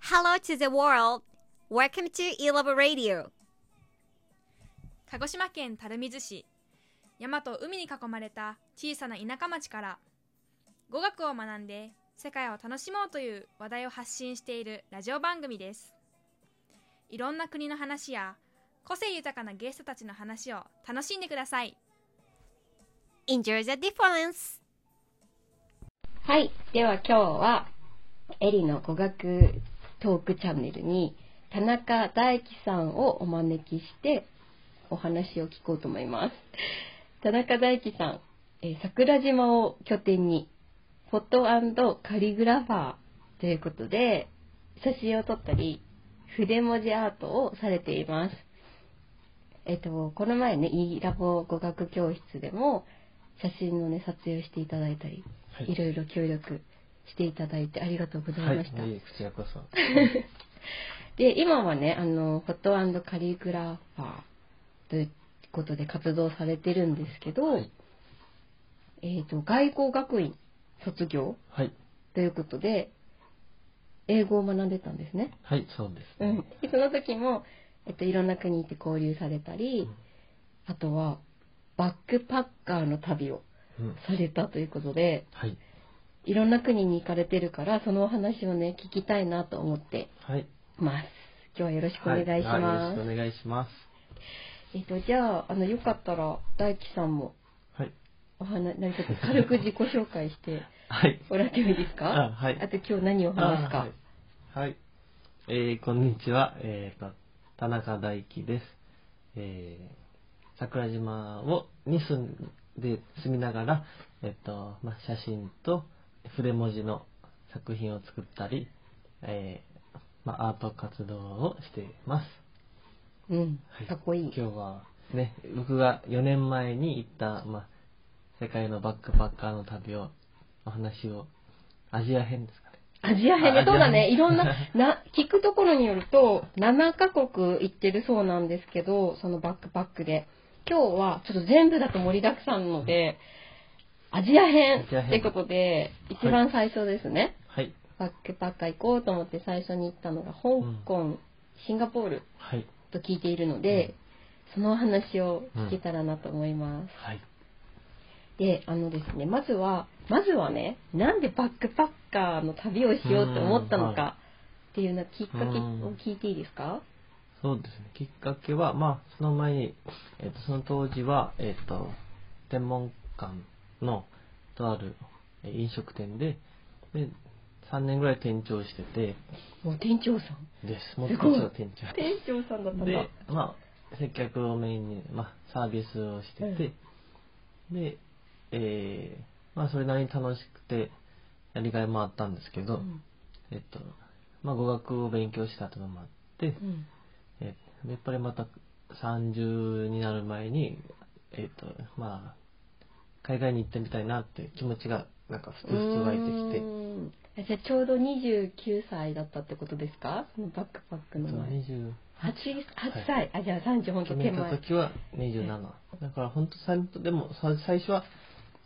Hello to the world! Welcome to Elab Radio! 鹿児島県垂水市山と海に囲まれた小さな田舎町から語学を学んで世界を楽しもうという話題を発信しているラジオ番組ですいろんな国の話や個性豊かなゲストたちの話を楽しんでください Enjoy the difference! はい。では今日は、エリの語学トークチャンネルに、田中大樹さんをお招きして、お話を聞こうと思います。田中大樹さん、えー桜島を拠点に、フォトカリグラファーということで、写真を撮ったり、筆文字アートをされています。えっと、この前ね、e ラボ語学教室でも、写真のね、撮影をしていただいたり、はいいろいろ協力していただいてありがとうございました。はい、いえいえこちらこそ。で、今はね、あの、フォトカリグラファーということで活動されてるんですけど、はいえっ、と、外交学院卒業はい、ということで、英語を学んでたんですね。はい、そうです、うねん。でその時も、えっと、いろんな国行って交流されたり、あとは、バックパッカーの旅をうん。されたということで、はい、いろんな国に行かれてるから、そのお話をね、聞きたいなと思ってはい。ます。今日はよろしくお願いしはいまはいす。よろしくお願いします。えっと、じゃあ、あの、よかったら、大輝さんも、はい。お話、何か軽く自己紹介してはい。もらってもいいですかあはいあと今日何を話すか。あはい。はいえー、こんにちは。えーと、田中大輝です。えー、桜島を、に住んで、住みながら、えっ、と、まあ、写真と筆文字の作品を作ったり、えー、まあ、アート活動をしています。うんはい。かっこいい。今日はね僕が4年前に行った、まあ、世界のバックパッカーの旅をお話をアジア編ですかねアジア編ね、あそうだね。アジア編いろん な、な、聞くところによると、7カ国行ってるそうなんですけど、そのバックパックで。今日は、ちょっと全部だと盛りだくさんなので、アジア編アジア編ってことで、一番最初ですね。はいバックパッカー行こうと思って最初に行ったのが、香港、シンガポールはいと聞いているので、そのお話を聞けたらなと思います。はいで、あのですね、まずは、まずはね、なんでバックパッカーの旅をしようと思ったのうんかっていうなきっかけをうん聞いていいですかそうですねきっかけはまあその前に、えっとその当時はえっ、と天文館のとあるえー飲食店でで3年ぐらい店長しててもう店長さん。ですもっすとごい店長店長さんだったんだで。、まあ、接客をメインに、まあ、サービスをしてて、で、えー、まあ、それなりに楽しくて、やりがいもあったんですけうど、んえっと、まあ、語学を勉強したというのもあって、うんえーやっぱりまた30になる前に、えっと、まあ、海外に行ってみたいなっていう気持ちが、なんか、ふつふつ湧いてきてう、ーんじゃあちょうど29歳だったってことですかそのバックパックのそう前。8, 20、8歳、あ、じゃあ30本当決手めた前。時は27だから本当最でもさ最初は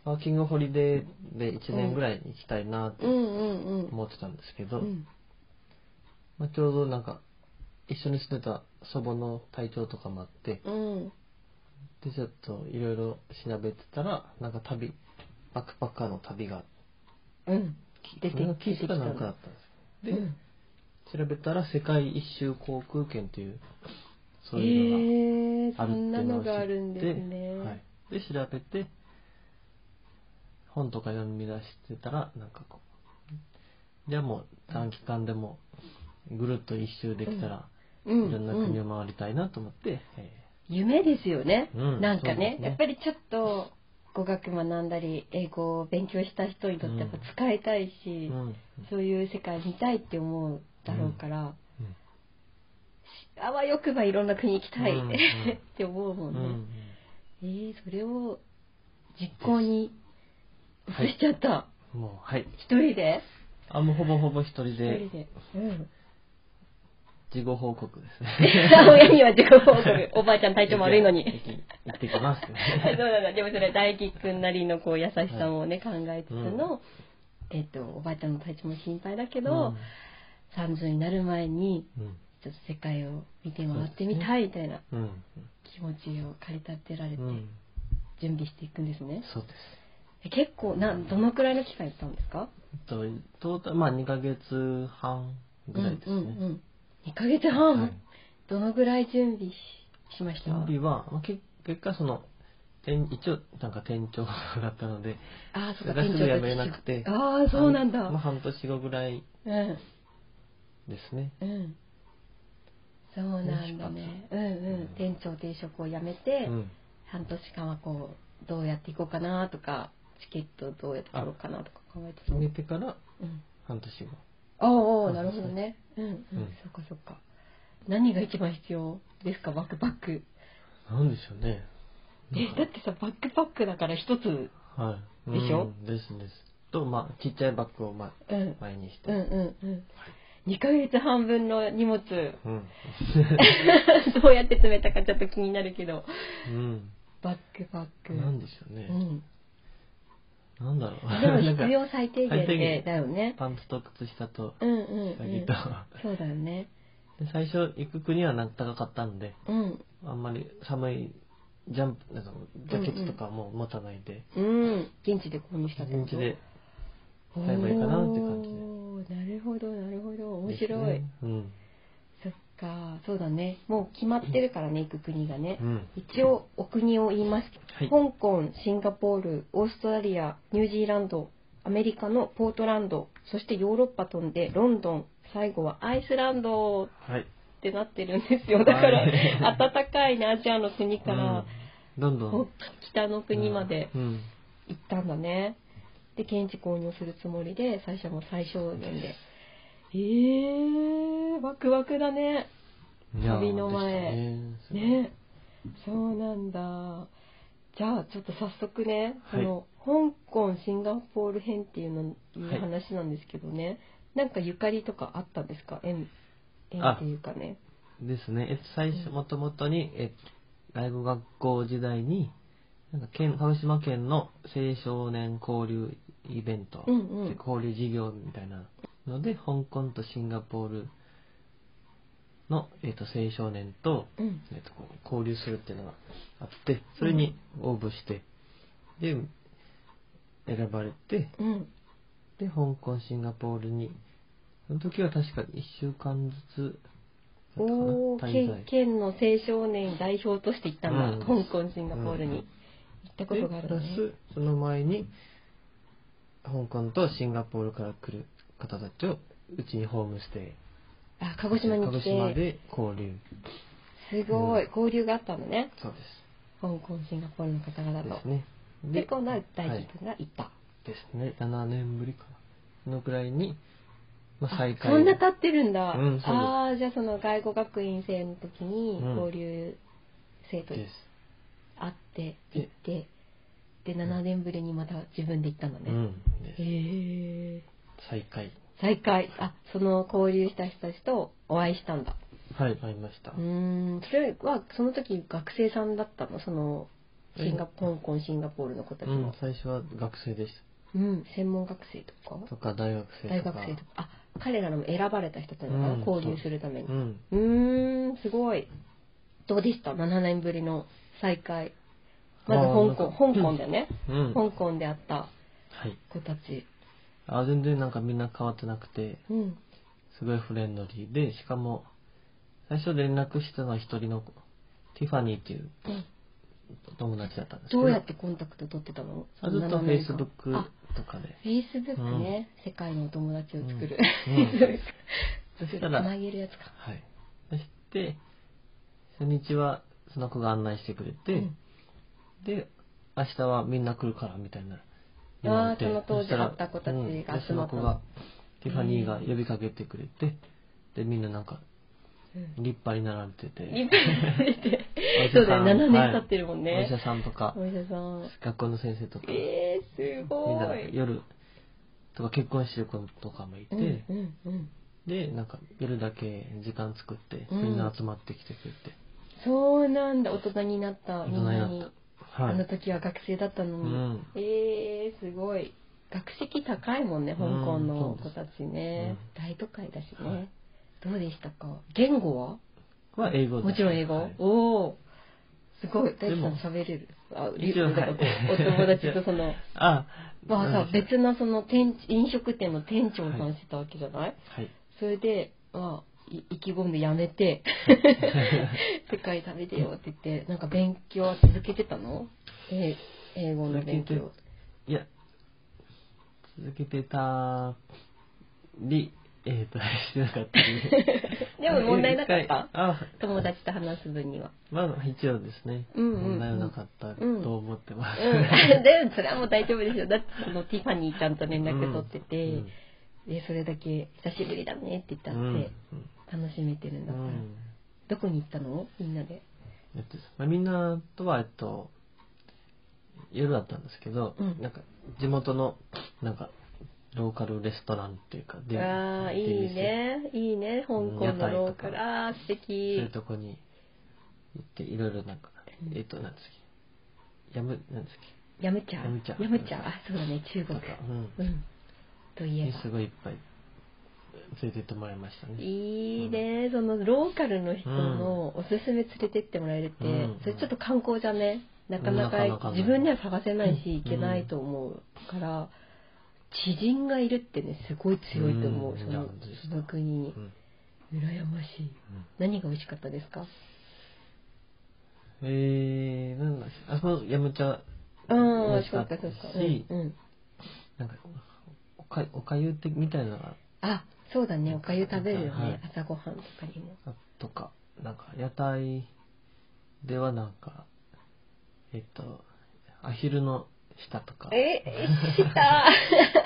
ワーキングホリデーで1年ぐらい行きたいなってうんうんうん。思ってたんですけど、うんまあ、ちょうどなんか一緒に住んでた祖母の体調とかもあってうん。でちょっといろいろ調べてたらなんか旅バックパッカーの旅がうん。出てこれが聞記いてき事たかのなんかだったんうですよで、ん調べたら世界一周航空券というそういへうのがえあそるっんていうなののを知ってがあるんですね。はい、で調べて本とか読み出してたらなんかこうじゃあもう短期間でもぐるっと一周できたら、ういろんな国を回りたいなと思って、え夢ですよね、うんなんかそうでねすねやっぱりちょっと語学学んだり英語を勉強した人にとってやっぱ使いたいし、ーうんそういう世界見たいって思うだろうから、あわよくばいろんな国行きたい、うんうんって思うもうんんね、うんえーそれを実行に移しちゃった、うんもうはい一人であもうほぼほぼ一人一で人で、うん、 事後報告ですね親には自己報告おばあちゃん体調悪いのに行ってきます、 そうなんだ。でもそれは大輝くんなりのこう優しさもね、考えつつの、えっと、おばあちゃんの体調も心配だけど、 30になる前にうん。ちょっと世界を見て回ってみたいみたいなうん。気持ちを駆り立てられうてん。準備していくんですね、そうです。え結構などのくらいの期間行ったんですかえっと、トータル、まあ、2ヶ月半ぐらいですね。うんうんうん、2ヶ月半、はいどのぐらい準備ししました準備は、まあ、け結果その店一応なんか店長だったのでああそうかがす店ぐ長た辞ちめなくてああそうなんだまあ、半年後ぐらいうんですねうんそうなんだねうんううんん店長定職を辞めうて、ん半年間はこうどうやっていこうかなとかチケットどうやって取ろうかなとか考えてた決のめてからうん半年後ああああなるほどねうんうん、うんそっかそっか何が一番必要ですかバックパックなんでしょうねえだってさバックパックだから一つはいでしょうんですですとまあちっちゃいバッグをまあうん前にしてうんうんうん2ヶ月半分の荷 物うんどうやって詰めたかちょっと気になるけどうんバックパックなんでしょううねんなんだろうでもなんか必要最低限最低で限だよねパンツと靴下とうんうん、う下ん着と、そうだよねで最初行く国はなんか高かったんでうんあんまり寒いジャンプなんかジャケットとかはもう持たないで、うん現地で購入したってこ現と地で買えばいいかなって感じでおーなるほどなるほど面ですね白い、うんそっかそうだねもう決まってるからね行く国がね、うん一応お国を言いますはい香港シンガポールオーストラリアニュージーランドアメリカのポートランドそしてヨーロッパ飛んでロンドン最後はアイスランドっはいてなってるんですよだから、はい暖かいねアジアの国から、うん、どんどん北の国までうん行ったんだねで現地購入するつもりで最初はもう最小限でえー、ワクワクだねいやー旅の前ですねねそうなんだじゃあちょっと早速ね、はそいの香港シンガポール編っていうのいう話なんですけどね、なんかゆかりとかあったんですか縁縁あっていうかねですねえっと最初もともとにえっと外語学校時代になんか県鹿児島県の青少年交流イベント、うんうんで交流事業みたいなので香港とシンガポールの、えっと青少年とうんえっと、こう交流するっていうのがあってそれに応募して、で選ばれてうんで香港シンガポールにその時は確か1週間ずつだったかなおお滞県在県の青少年代表として行ったんだ、うん香港シンガポールに、うん行ったことがあるでプのラねスその前に香港とシンガポールから来る方たちをうちにホームステあイ鹿児島に鹿来児島てで交流すごい、うん交流があったのねそうで香港シンガポールの方々すとですねで今度は大は輝いくんが行った、ですね7年ぶりかなのくらいに、まあ、あ再会そんな経ってるんだ、うんそうですああじゃあその外語学院生の時にうん交流生とで会すってで行ってで7年ぶりにまた自分で行ったのうね、んですへえ再開再会あその交流した人たちとお会いしたんだはいありました、うーんそれはその時学生さんだったのそのシンガ香港シンガポールの子たちうも、ん、最初は学生でしうん、専門学生とかたとか大学生大とか学生とかあ彼らの選ばれた人たちなのかな、うん交流するためにうんうーんすごいどうでした7年ぶりの再会まずあ香ー港な香んか港だよね、うん香港で会ったはい子たちあ全然なんかみんな変わってなくてうんすごいフレンドリーでしかも最初連絡したのは一人の子ティファニーっていう友達だったんですけどどうやってコンタクト取ってたのあずっと7フェイ年ス間ブックあとかでフェイスブックね、世界のお友達を作る、うんうん そしそしたたららつなげるやつかはいそして初日はその子が案内してくれて、うんで明日はみんな来るからみたいな言われてあーその当時したら会った子たちがうんで集そまのった子のがティファニーが呼びかけてくれてでみんななんかうん立派に並んでていっぱい出てお医者さそんうだよ7は年い経ってるもんね、お医者さんとかお医者さん学校の先生とかみえー、すんごない夜とか結婚してる子とかもいて、うんうんうん、でなんか夜だけ時間作ってうんみんな集まってきてくれて、そうなんだ大人になった大み人んにななにったはあのい時は学生だったのに、うんえー、すごい学識高いもんね香港のうんそう子ですたちね、大都会だしね、はいどうでしたか言語はは英語ですもちろん英語、はいおおすごい大で地さもん喋れるあリ一な応んかこうはいお友達とそ のあ、まあさなんです別のその店飲食店の店長さんしてたわけじゃない、はい。それでまあい意気込んでやめ て世界食べてよって言ってなんか勉強は続けてたのえ英語の勉強続いや、続けてたり、えっ、と、してなかったり でも問題なかったあ、友達と話す分には。まあ、一応ですね、うんうんうん問題はなかったと思ってまうす。 ん、でもそれはもう大丈夫ですよだってそのティファニーちゃんと連絡取ってて、うんでそれだけ「久しぶりだね」って言ったうっんて、うん楽しめてるんだうから、んどこに行ったのみんなでえっとまあ、みんなとは、えっと、夜だったんですけど、うんなんか地元のなんかローカルレストランっていうかでああいいねいいね香港のローカルああ素そうい敵うとこに行っていろいろなんかえっとなんですっけやむなんですっやむ茶ヤムチャやむ茶あそうだね中け国とかうんうんといえにばすごいいっぱい連れてってもらいましたねいいねそのローカルの人のおすすめ連れてってもらえるって、うんそれちょっと観光じゃねなかなかうんなかなかね自分では探せないし行けなういんと思うから知人がいるってねすごい強いと思う、うんそいやの本当ですその国にうん羨ましい何が美味しかったですかえー、なんだっけあそこやむちゃうん、美美味味ししかかっったた、しそうか。うん、うん。なんかおかおかゆってみたいなのがあ、そうだね、おかゆ食べるよね、はい朝ごはんとかにも。あとか、なんか屋台ではなんか、えっと、アヒルの下とか、え、下、ア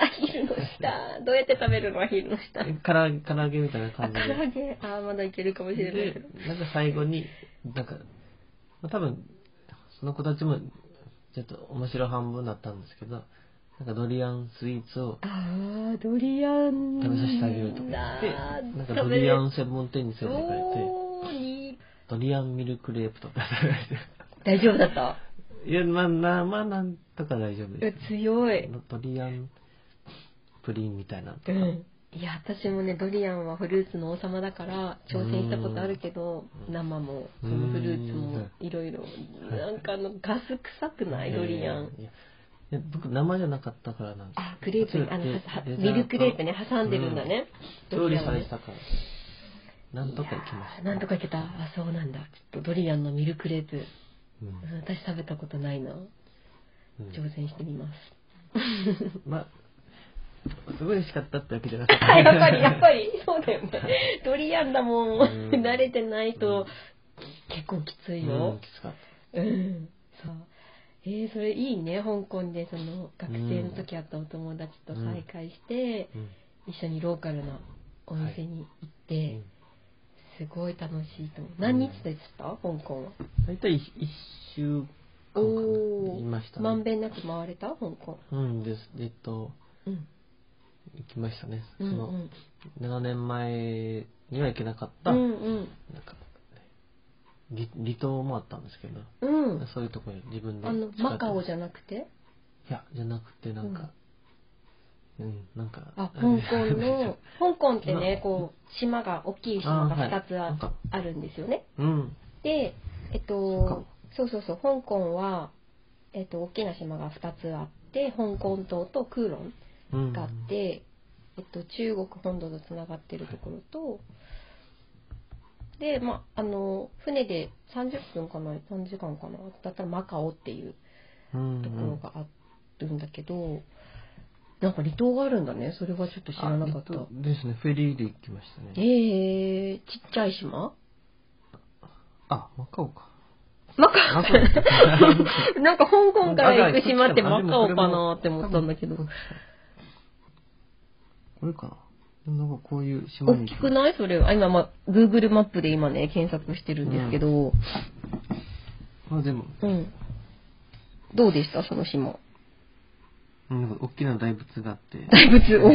ヒルの下、どうやって食べるの、アヒルの下。えから唐揚げみたいなあ、感唐じで揚げ、あー、まだいけるかもしれないけど。でなんか最後に、なんか、まあ、多分、その子たちもちょっと面白半分だったんですけど、なんかドリアンスイーツをあー、ドリアン。食べさせてあげるとかあ言って、ーなんかドリアン食専門店にべ連るれて行かれて、おー、いい。ドリアンミルクレープとか食べられ 大丈夫だった。て、いや、まあ、なまあ、なんとか大丈夫うでわす。強い。ドリアンプリンみたいなのとうか、ん。いや私もねドリアンはフルーツの王様だから挑戦したことあるけどうん生もうそんのフルーツはもいろいろなんかあのガス臭くないドリアン、えーいやいや僕生じゃなかったからなんですあクレープにあのレはレザミルクレープねと挟んでるんだね、うんド調リ理アンさはねれたからなんとかいきましたいやーなんとかいけたあそうなんだちょっとドリアンのミルクレープうんうん私食べたことないなうん挑戦してみますまあすごい美味しかったってわけじゃなかったやっぱ りやっぱりそうだよねドリアンだもん、うん慣れてないと結構きつういよ、んきつかっうんそうえー、それいいね香港でその学生の時会ったお友達と再会して、た、うん一緒にローカルなお店に行って、うんすごい楽しいと思う何日でした、香港は大体一一週間かおなーいましたまんべんなく回れた香港うんですえっとうん行きましたね、うんうそのん7年前には行けなかった、うんなんか、離離島もあったんですけど、うんうんそういうところに自分であのマカオゃじゃなくていや、じゃなくて、なんか、うん、なんか、あ香れです港 の、香港ってね今こう島が大きい島があーはい2つなあんかあるんですよねうん、で、えっそうかもと、そうそうそう、香港は、えっと、大きな島が2つあって、香港島とクーロンうん。があって、えっと、中国本土とつながってるところと、で、まあ、あの、船で30分かな、3時間かな、だったらマカオっていううん、ところがあるんだけど、なんか離島があるんだね、それはちょっと知らなかったあ。えとですね、フェリーで行きましたね。えー、ちっちゃい 島あ、マカオか。マカマカオだったなんか香港から行く島ってマカオかなって思ったんだけど。 これかな。でもなんかこういう島大にきくないそれは。あ今、ま、Google マップで今ね、検索してるんですけど、まあでも、うん。どうでしたその島。うん、なんか大きな大仏があ って、大仏。お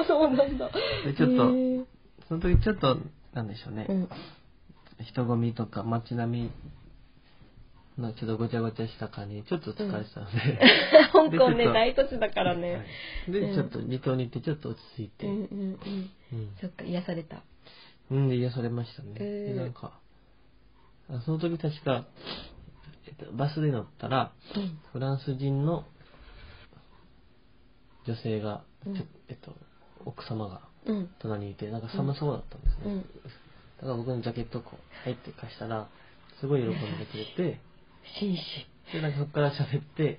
お、 そうなんだ。でちへょっとーその時ちょ っと、なんでしょうね。うん。人混みとか街並みのちょっとごちゃごちゃした感じにちょっと疲れてたので、香港ね大都市だからはね、ういんで、ちょっと離島に行ってちょっと落ち着いて、ううんんうんうんそっか癒されたうん、で癒されましたね、えーでなんかあその時確か、えっと、バスで乗ったらうんフランス人の女性が、ちょうんえっと、奥様がうん隣にいてなんか寒そうだったんですね、うんだから僕のジャケットをこう入って貸したらすごい喜んでくれて紳士でなんかそこから喋って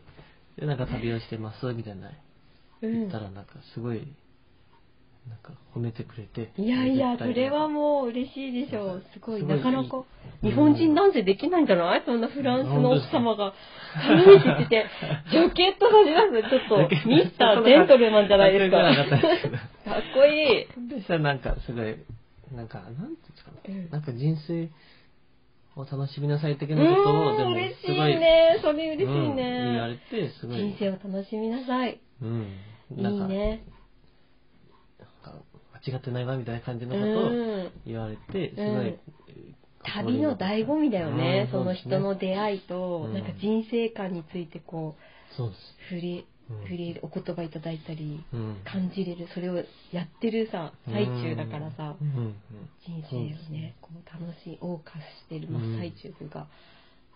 でなんか旅をしてますみたいなうん言ったらなんかすごいなんか褒めてくれていやいやそれはうもう嬉しいでしょうすごいすごいなかなかいい日本人男性できないんじゃないそんなフランスの奥様が「うんいい」って言って てジャケット出し出すちょっとミスタージェントルマンじゃない ですかかっこよくなかったですけどかっこいいでしたらなんかすごいなんかなんていうんですかね、うんなんか人生を楽しみなさい的うなことをーでんも嬉しすいごいねそれ嬉しいうん言われねてすごい人生を楽しみなさいうんいなんいかねなんか間違ってないわみたいな感じうのことをん言われてすごい、うん旅の醍醐味だよね、うんその人の出会いと、うんなんか人生観についてこそうですう触れうん触れるお言葉いただいたりうん感じれるそれをやってるさ最中だからさ、うんうん人生をねこう楽しい謳歌してるうん真っ最中が、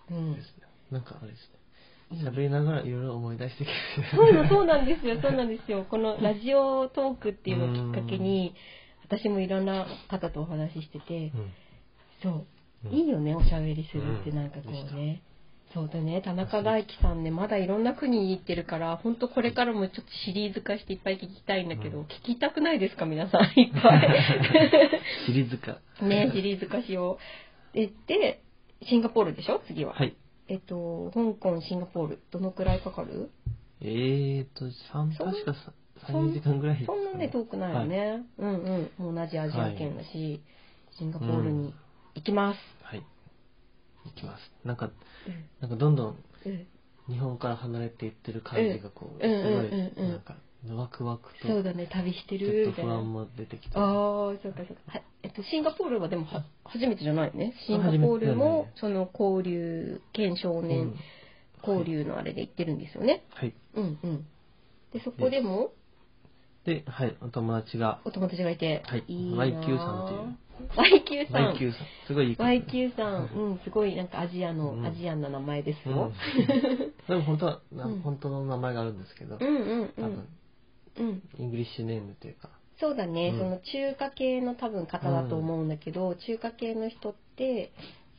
うんうんですねなんかあれですね喋りながらいろいろ思い出してきてそうよそうなんですよそうなんですよこのラジオトークっていうのをきっかけに私もいろんな方とお話ししててそううんいいよね、おしゃべりするってうんなんかこうでしたね。そうだね、田中大輝さんね、まだいろんな国に行ってるから、ほんとこれからもちょっとシリーズ化していっぱい聞きたいんだけど、うん聞きたくないですか、皆さん、いっぱ い。シリーズ化ね、シリーズ化しよう。で、でシンガポールでしょ、次は。はいえっと、香港、シンガポール、どのくらいかかるえーと三そん確か3時間ぐらいですそかんなね、遠くないよね。うんうん、同じアジア圏だし、シンガポールに行きます。はい行きますなんかうんなんかどんどんうん日本から離れていってる感じがこうすうごんいうんうんうんなんかワクワクとそうだね、旅してちょるっみたとい不な。安も出てきてああ、そうかそうか。はえっと、シンガポールはでもは初めてじゃないね。シンガポールも、その交流、県少う年ん交流のあれで行ってるんですよね。はいうんうん。で、そこでもではいお友達がお友達がいて、はいいな YQ さんっていう。YQ さん。 YQ さんすごいいい方 YQ さん、うん、すごいなんかアジアの、うんアジアンな名前ですうよん。 でも本当は、なうん本当の名前があるんですけど、うんうんう多ん分。うん。イングリッシュネームというか、そうだね、うんその中華系の多分方だと思うんだけど、中華系の人って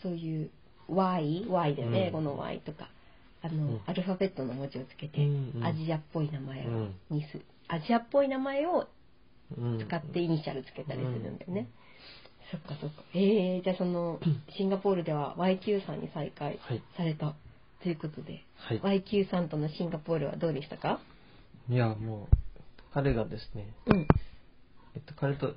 そういう Y, y だよね、うんこの Y とかあの、うんアルファベットの文字をつけて、うんうんアジアっぽい名前うをんにす、アジアっぽい名前をうん使ってイニシャルつけたりするんだよね、そっかそっかえー、じゃあそ のシンガポールでは YQ さんに再会はいされたということで、はい、 YQ さんとのシンガポールはどうでしたかいやもう彼がですね、うんえっと、彼と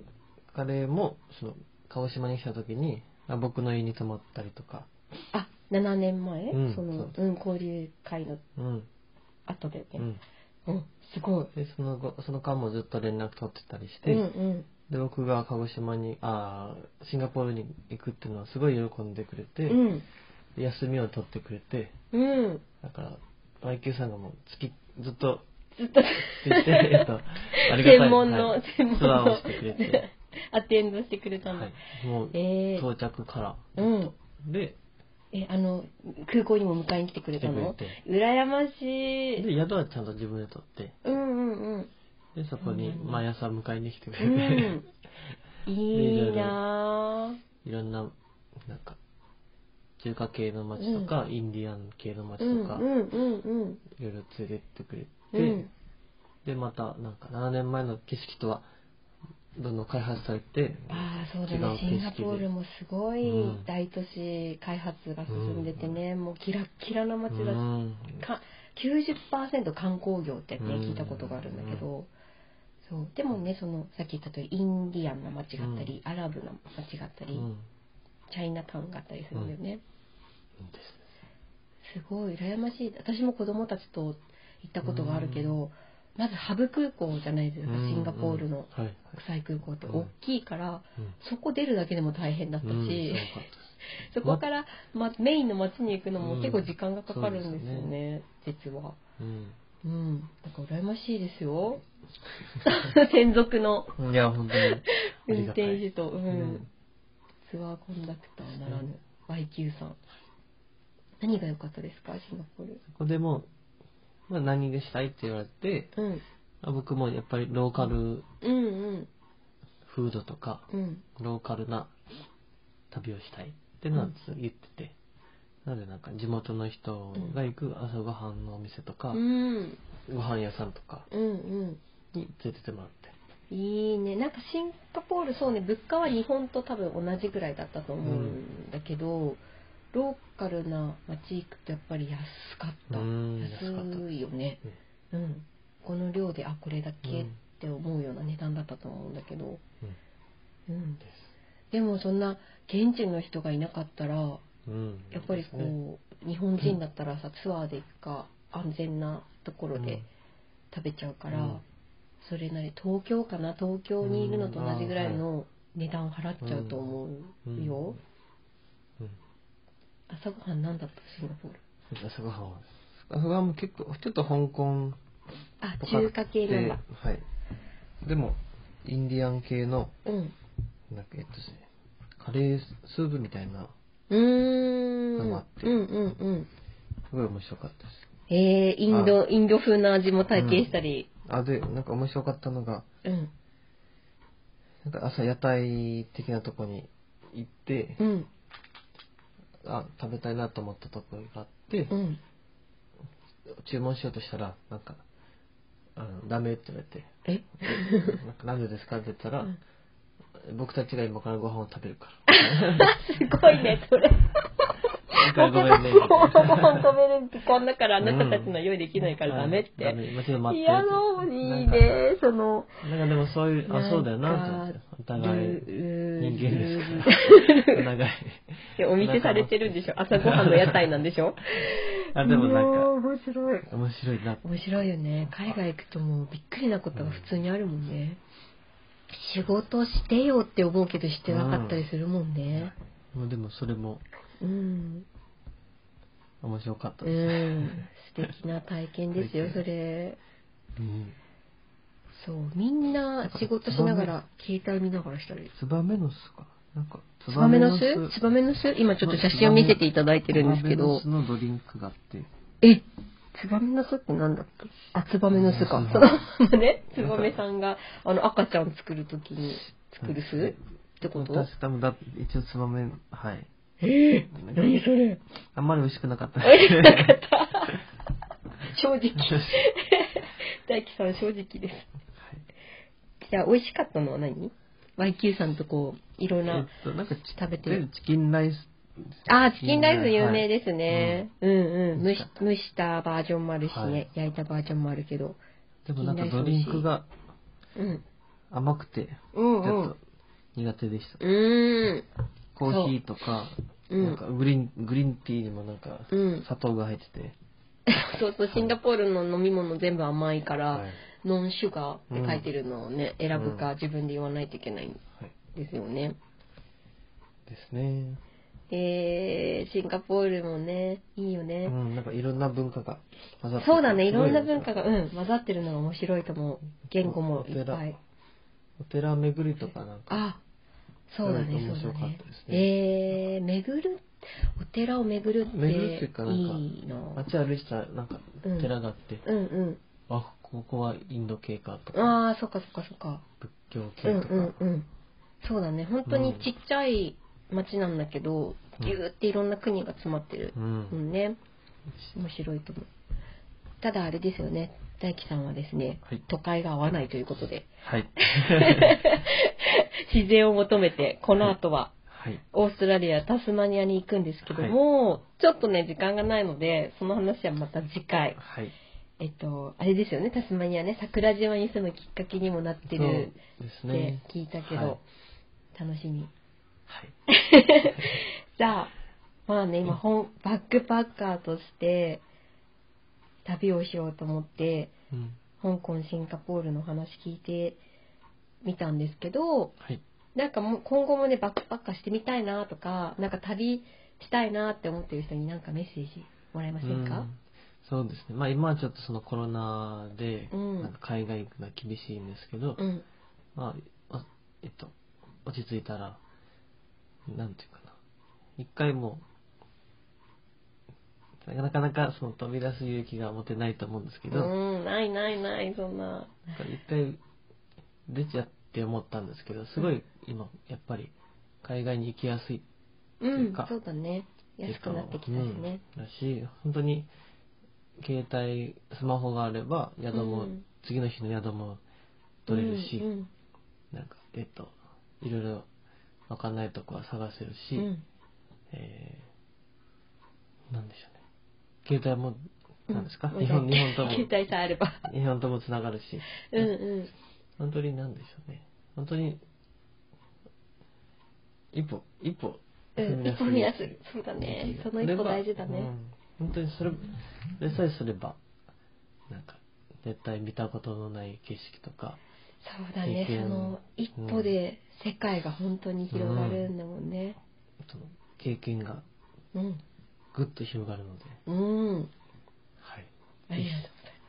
彼もその鹿児島に来た時にあ僕の家に泊まったりとか、あ7年前、うんその、そうん、交流会のうん後だようね。ん、うん、すごい。でその後その間もずっと連絡取ってたりしうて、んうん。で僕が鹿児島にあーシンガポールに行くっていうのはすごい喜んでくれて、うん。で休みを取ってくれてうん。だから YQ さんがもう月ずっとずっと、ついて、えっと、ありがたい専門の、はい専門ツアーをのしてくれて、 アテンドしてくれたんだ。はい、もうえー到着から、うん。でえ、あの、空港にも迎えに来てくれたの来てく羨ましい。で宿はちゃんと自分で取ってうんうん うん。でそこに毎朝迎えに来てくれて、うん。いいないろんななんか中華系の街とか、インディアン系の街ぁ。うんとうか、んうんうん。いろいろ連れてってくれて、うんでまたなんか7年前の景色とはどんどん開発されてああそうだ違うね景色シでンガポールもすごいうん大都市開発が進んでてね、もうキラッキラな街だし、うんか90%観光業ってねうん聞いたことがあるんだけど、そうでもねそのさっき言ったとりインディアンな街があったり、アラブな街があったり、うんチャイナタウンがあったりするんだよね、ですすごい羨ましい私も子供たちと行ったことがあるけど、まずハブ空港じゃないですか、うんシンガポールのはいはい国際空港ってうん大きいから、うんそこ出るだけでも大変だったし、うんすごかっ そこから、ま、メインの街に行くのも結構時間がかかるんですようんそうね、実は。たうんうん、なんか羨ましいです よ。専属のいや、本当に。あ運りがたい転手と、ううんん。ツアーコンダクターならぬ YQ さん。何が良かったですか、シンガポール。そこでもう、まあ、何がしたいって言われて、うん、あ僕もやっぱりローカルうん、フードとか、うん、うん。ローカルな旅をしたいってのは言ってて、なのでなんか地元の人が行く朝ごはんのお店とか、うん、ご飯屋さんとかうん、うん。に連れてってもらって。いいねなんかシンガポールそうね物価は日本と多分同じぐらいだったと思うんだけど、ローカルな街行くとやっぱり安かった、うん安かった安いよね、うん、この量であこれだけって思うような値段だったと思うんだけど、うんうん、です。でもそんな現地の人がいなかったらうん。やっぱりこう、ですね日本人だったらさツアーで行くか安全なところで食べちゃうから、うんそれなり東京かな東京にいるのと同じぐらいの値段払っちゃうと思うんうよ、うん。朝ごはん何だったシンガポール朝ごはんは、朝ごはんも結構、ちょっと香港あとか中華系なんだではい。でも、インディアン系の、うんなんかえっとですね、カレースープみたいな、うーんなんうかあんってうんうんすごい面白かったです。えー、インドインド風な味も体験したりあ、で、なんか面白かったのが、うんなんか朝屋台的なとこに行ってう、んあ、食べたいなと思ったところがあってう、ん注文しようとしたら、なんか、あのダメって言われて、えなんかなんでですかって言ったら、うん僕たちが今からご飯を食べるか すごいねそれら。一回ごめんね。もうご飯食べる時間だからあなたたちの用意できないからダメっうんダてメ。今ちょっと待って。いやそういいねそのなんかでもそういう、なんかあ、そうだよなと思って。お互いルールー人間ですから。お互い。でお店されてるんでしょ朝ごはんの屋台なんでしょ あ、でもなんいやーか、面白い面白いな。面白いよね海外行くともうびっくりなことが普通にあるもんね、仕事してよって思うけどしてなかったりするもんねもうでもそれもうん面白かったうです。ん素敵な体験ですよそれうん。そうみんな仕事しながら携帯見ながらしたりツバメの巣かななんか、ツバメの巣ツバメの巣今ちょっと写真を見せていただいてるんですけどツバメの巣のドリンクがあって、え、ツバメの巣ってなんだっけあ、ツバメの巣か。そのままね、ツバメさんが、あの、赤ちゃん作るときに作るうん巣ってこと私多分だ、一応ツバメ、はい。ええ何それあんまり美味しくなかった。 正直。大輝さん正直です。じゃあ、美味しかったのは何 ?YQ さんとこう、いろんえっな、と、なんか食べてるチキンライス。あー、チキンライス有名ですね。うんうん。蒸美味ししかった蒸したバージョンもあるしね、はい焼いたバージョンもあるけど。す。でもなんかドリンクがうん。甘くて、うちんうょっんと。苦手でした。うーん。コーヒーとか、うんなんかグリーン、グリーンティーにもなんかうん砂糖が入ってて、そうそう、シンガポールの飲み物全部甘いから、はいノンシュガーって書いてるのをね、選ぶか自分で言わないといけないんはい。ですよね。ですね。えー、シンガポールもね、いいようね。ん、なんかいろんな文化が混ざっててそうだね、いろんな文すご化が、うん、混ざってるのが面白いと思う。言語もいっぱい。お寺巡りとかなんか、あ、そうだね、面そう白だかっねたです。えー、巡る、お寺を巡るって巡るっていうかなんかいいな。街歩いてたらなんかうん寺があって、うんうん。あ、ここはインド系かとか、ああ、そっかそっかそっか。仏教う系んとか、うんうんそうだね本当にちっちゃい町なんだけど、うんぎゅーっていろんな国が詰まってる、うんうんね面白いと思うただあれですよね大樹さんはですね、はい都会が合わないということではい。自然を求めてこの後ははい。オーストラリアタスマニアに行くんですけども、ちょっとね時間がないのでその話はまた次回はい。えっとあれですよねタスマニアね桜島に住むきっかけにもなってそうるですってね。聞いたけど、はい楽しみはい。じゃあまあね今本バックパッカーとして旅をしようと思ってうん。香港シンガポールの話聞いてみたんですけどはい。なんかもう今後もねバックパッカーしてみたいなとかなんか旅したいなって思ってる人になんかメッセージもらえませんうかんそうですね。まあ今はちょっとそのコロナで、うんなんか海外行くのは厳しいんですけど、うん、まあ、あえっと、落ち着いたら、なんていうかな。一回もう、なかなかその飛び出す勇気が持てないと思うんですけど、うん、ないないないそんななんか一回出ちゃって思ったんですけど、すごい今、やっぱり海外に行きやすいういうんかそうだね安くなってきたしね、うんだし、本当に、携帯、スマホがあれば、宿も、うん次の日の宿も取れるし、うんうんなんか、えっと、いろいろわかんないとこは探せるし、うんえー、なんでしょうね。携帯も、なんですか、うん日本、日本とも、携帯さえあれば日本ともつながるし、うんうん本当になんでしょうね。本当に、一歩、一歩、うん、一歩目安そうだねねその一歩大事だうねん本当にそれでさえすればなんか絶対見たことのない景色とかそうだね経験その一歩で世界が本当に広がるんだもんねその経験がうんぐっと広がるので、うん、はい、ありがとうございま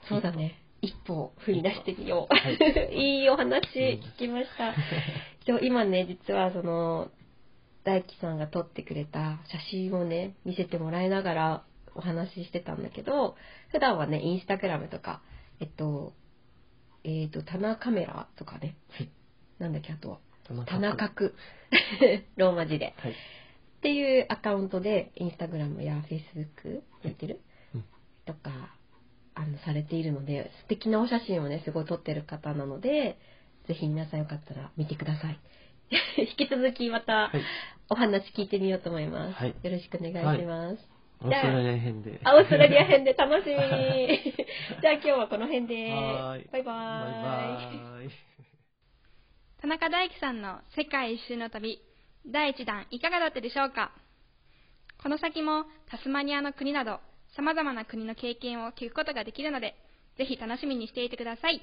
すそうだね一歩踏み出してみよう、はい いいお話聞きましたそう今ね実はその大輝さんが撮ってくれた写真をね見せてもらいながらお話ししてたんだけど普段はねインスタグラムとかえっとえっ、と棚カメラとかね、はいなんだっけあとは田中田中区 ローマ字ではい、っていうアカウントでインスタグラムやフェイスブックやってる、うんとかあのされているので素敵なお写真をねすごい撮ってる方なのでぜひ皆さんよかったら見てください 引き続きまたはい、お話聞いてみようと思います、はいよろしくお願いします、オーストラリア編であオーストラリア編で楽し みじゃあ今日はこの辺ではーいバイバーイバイバーイ田中大樹さんの世界一周の旅第1弾いかがだったでしょうかこの先もタスマニアの国など様々な国の経験を聞くことができるのでぜひ楽しみにしていてください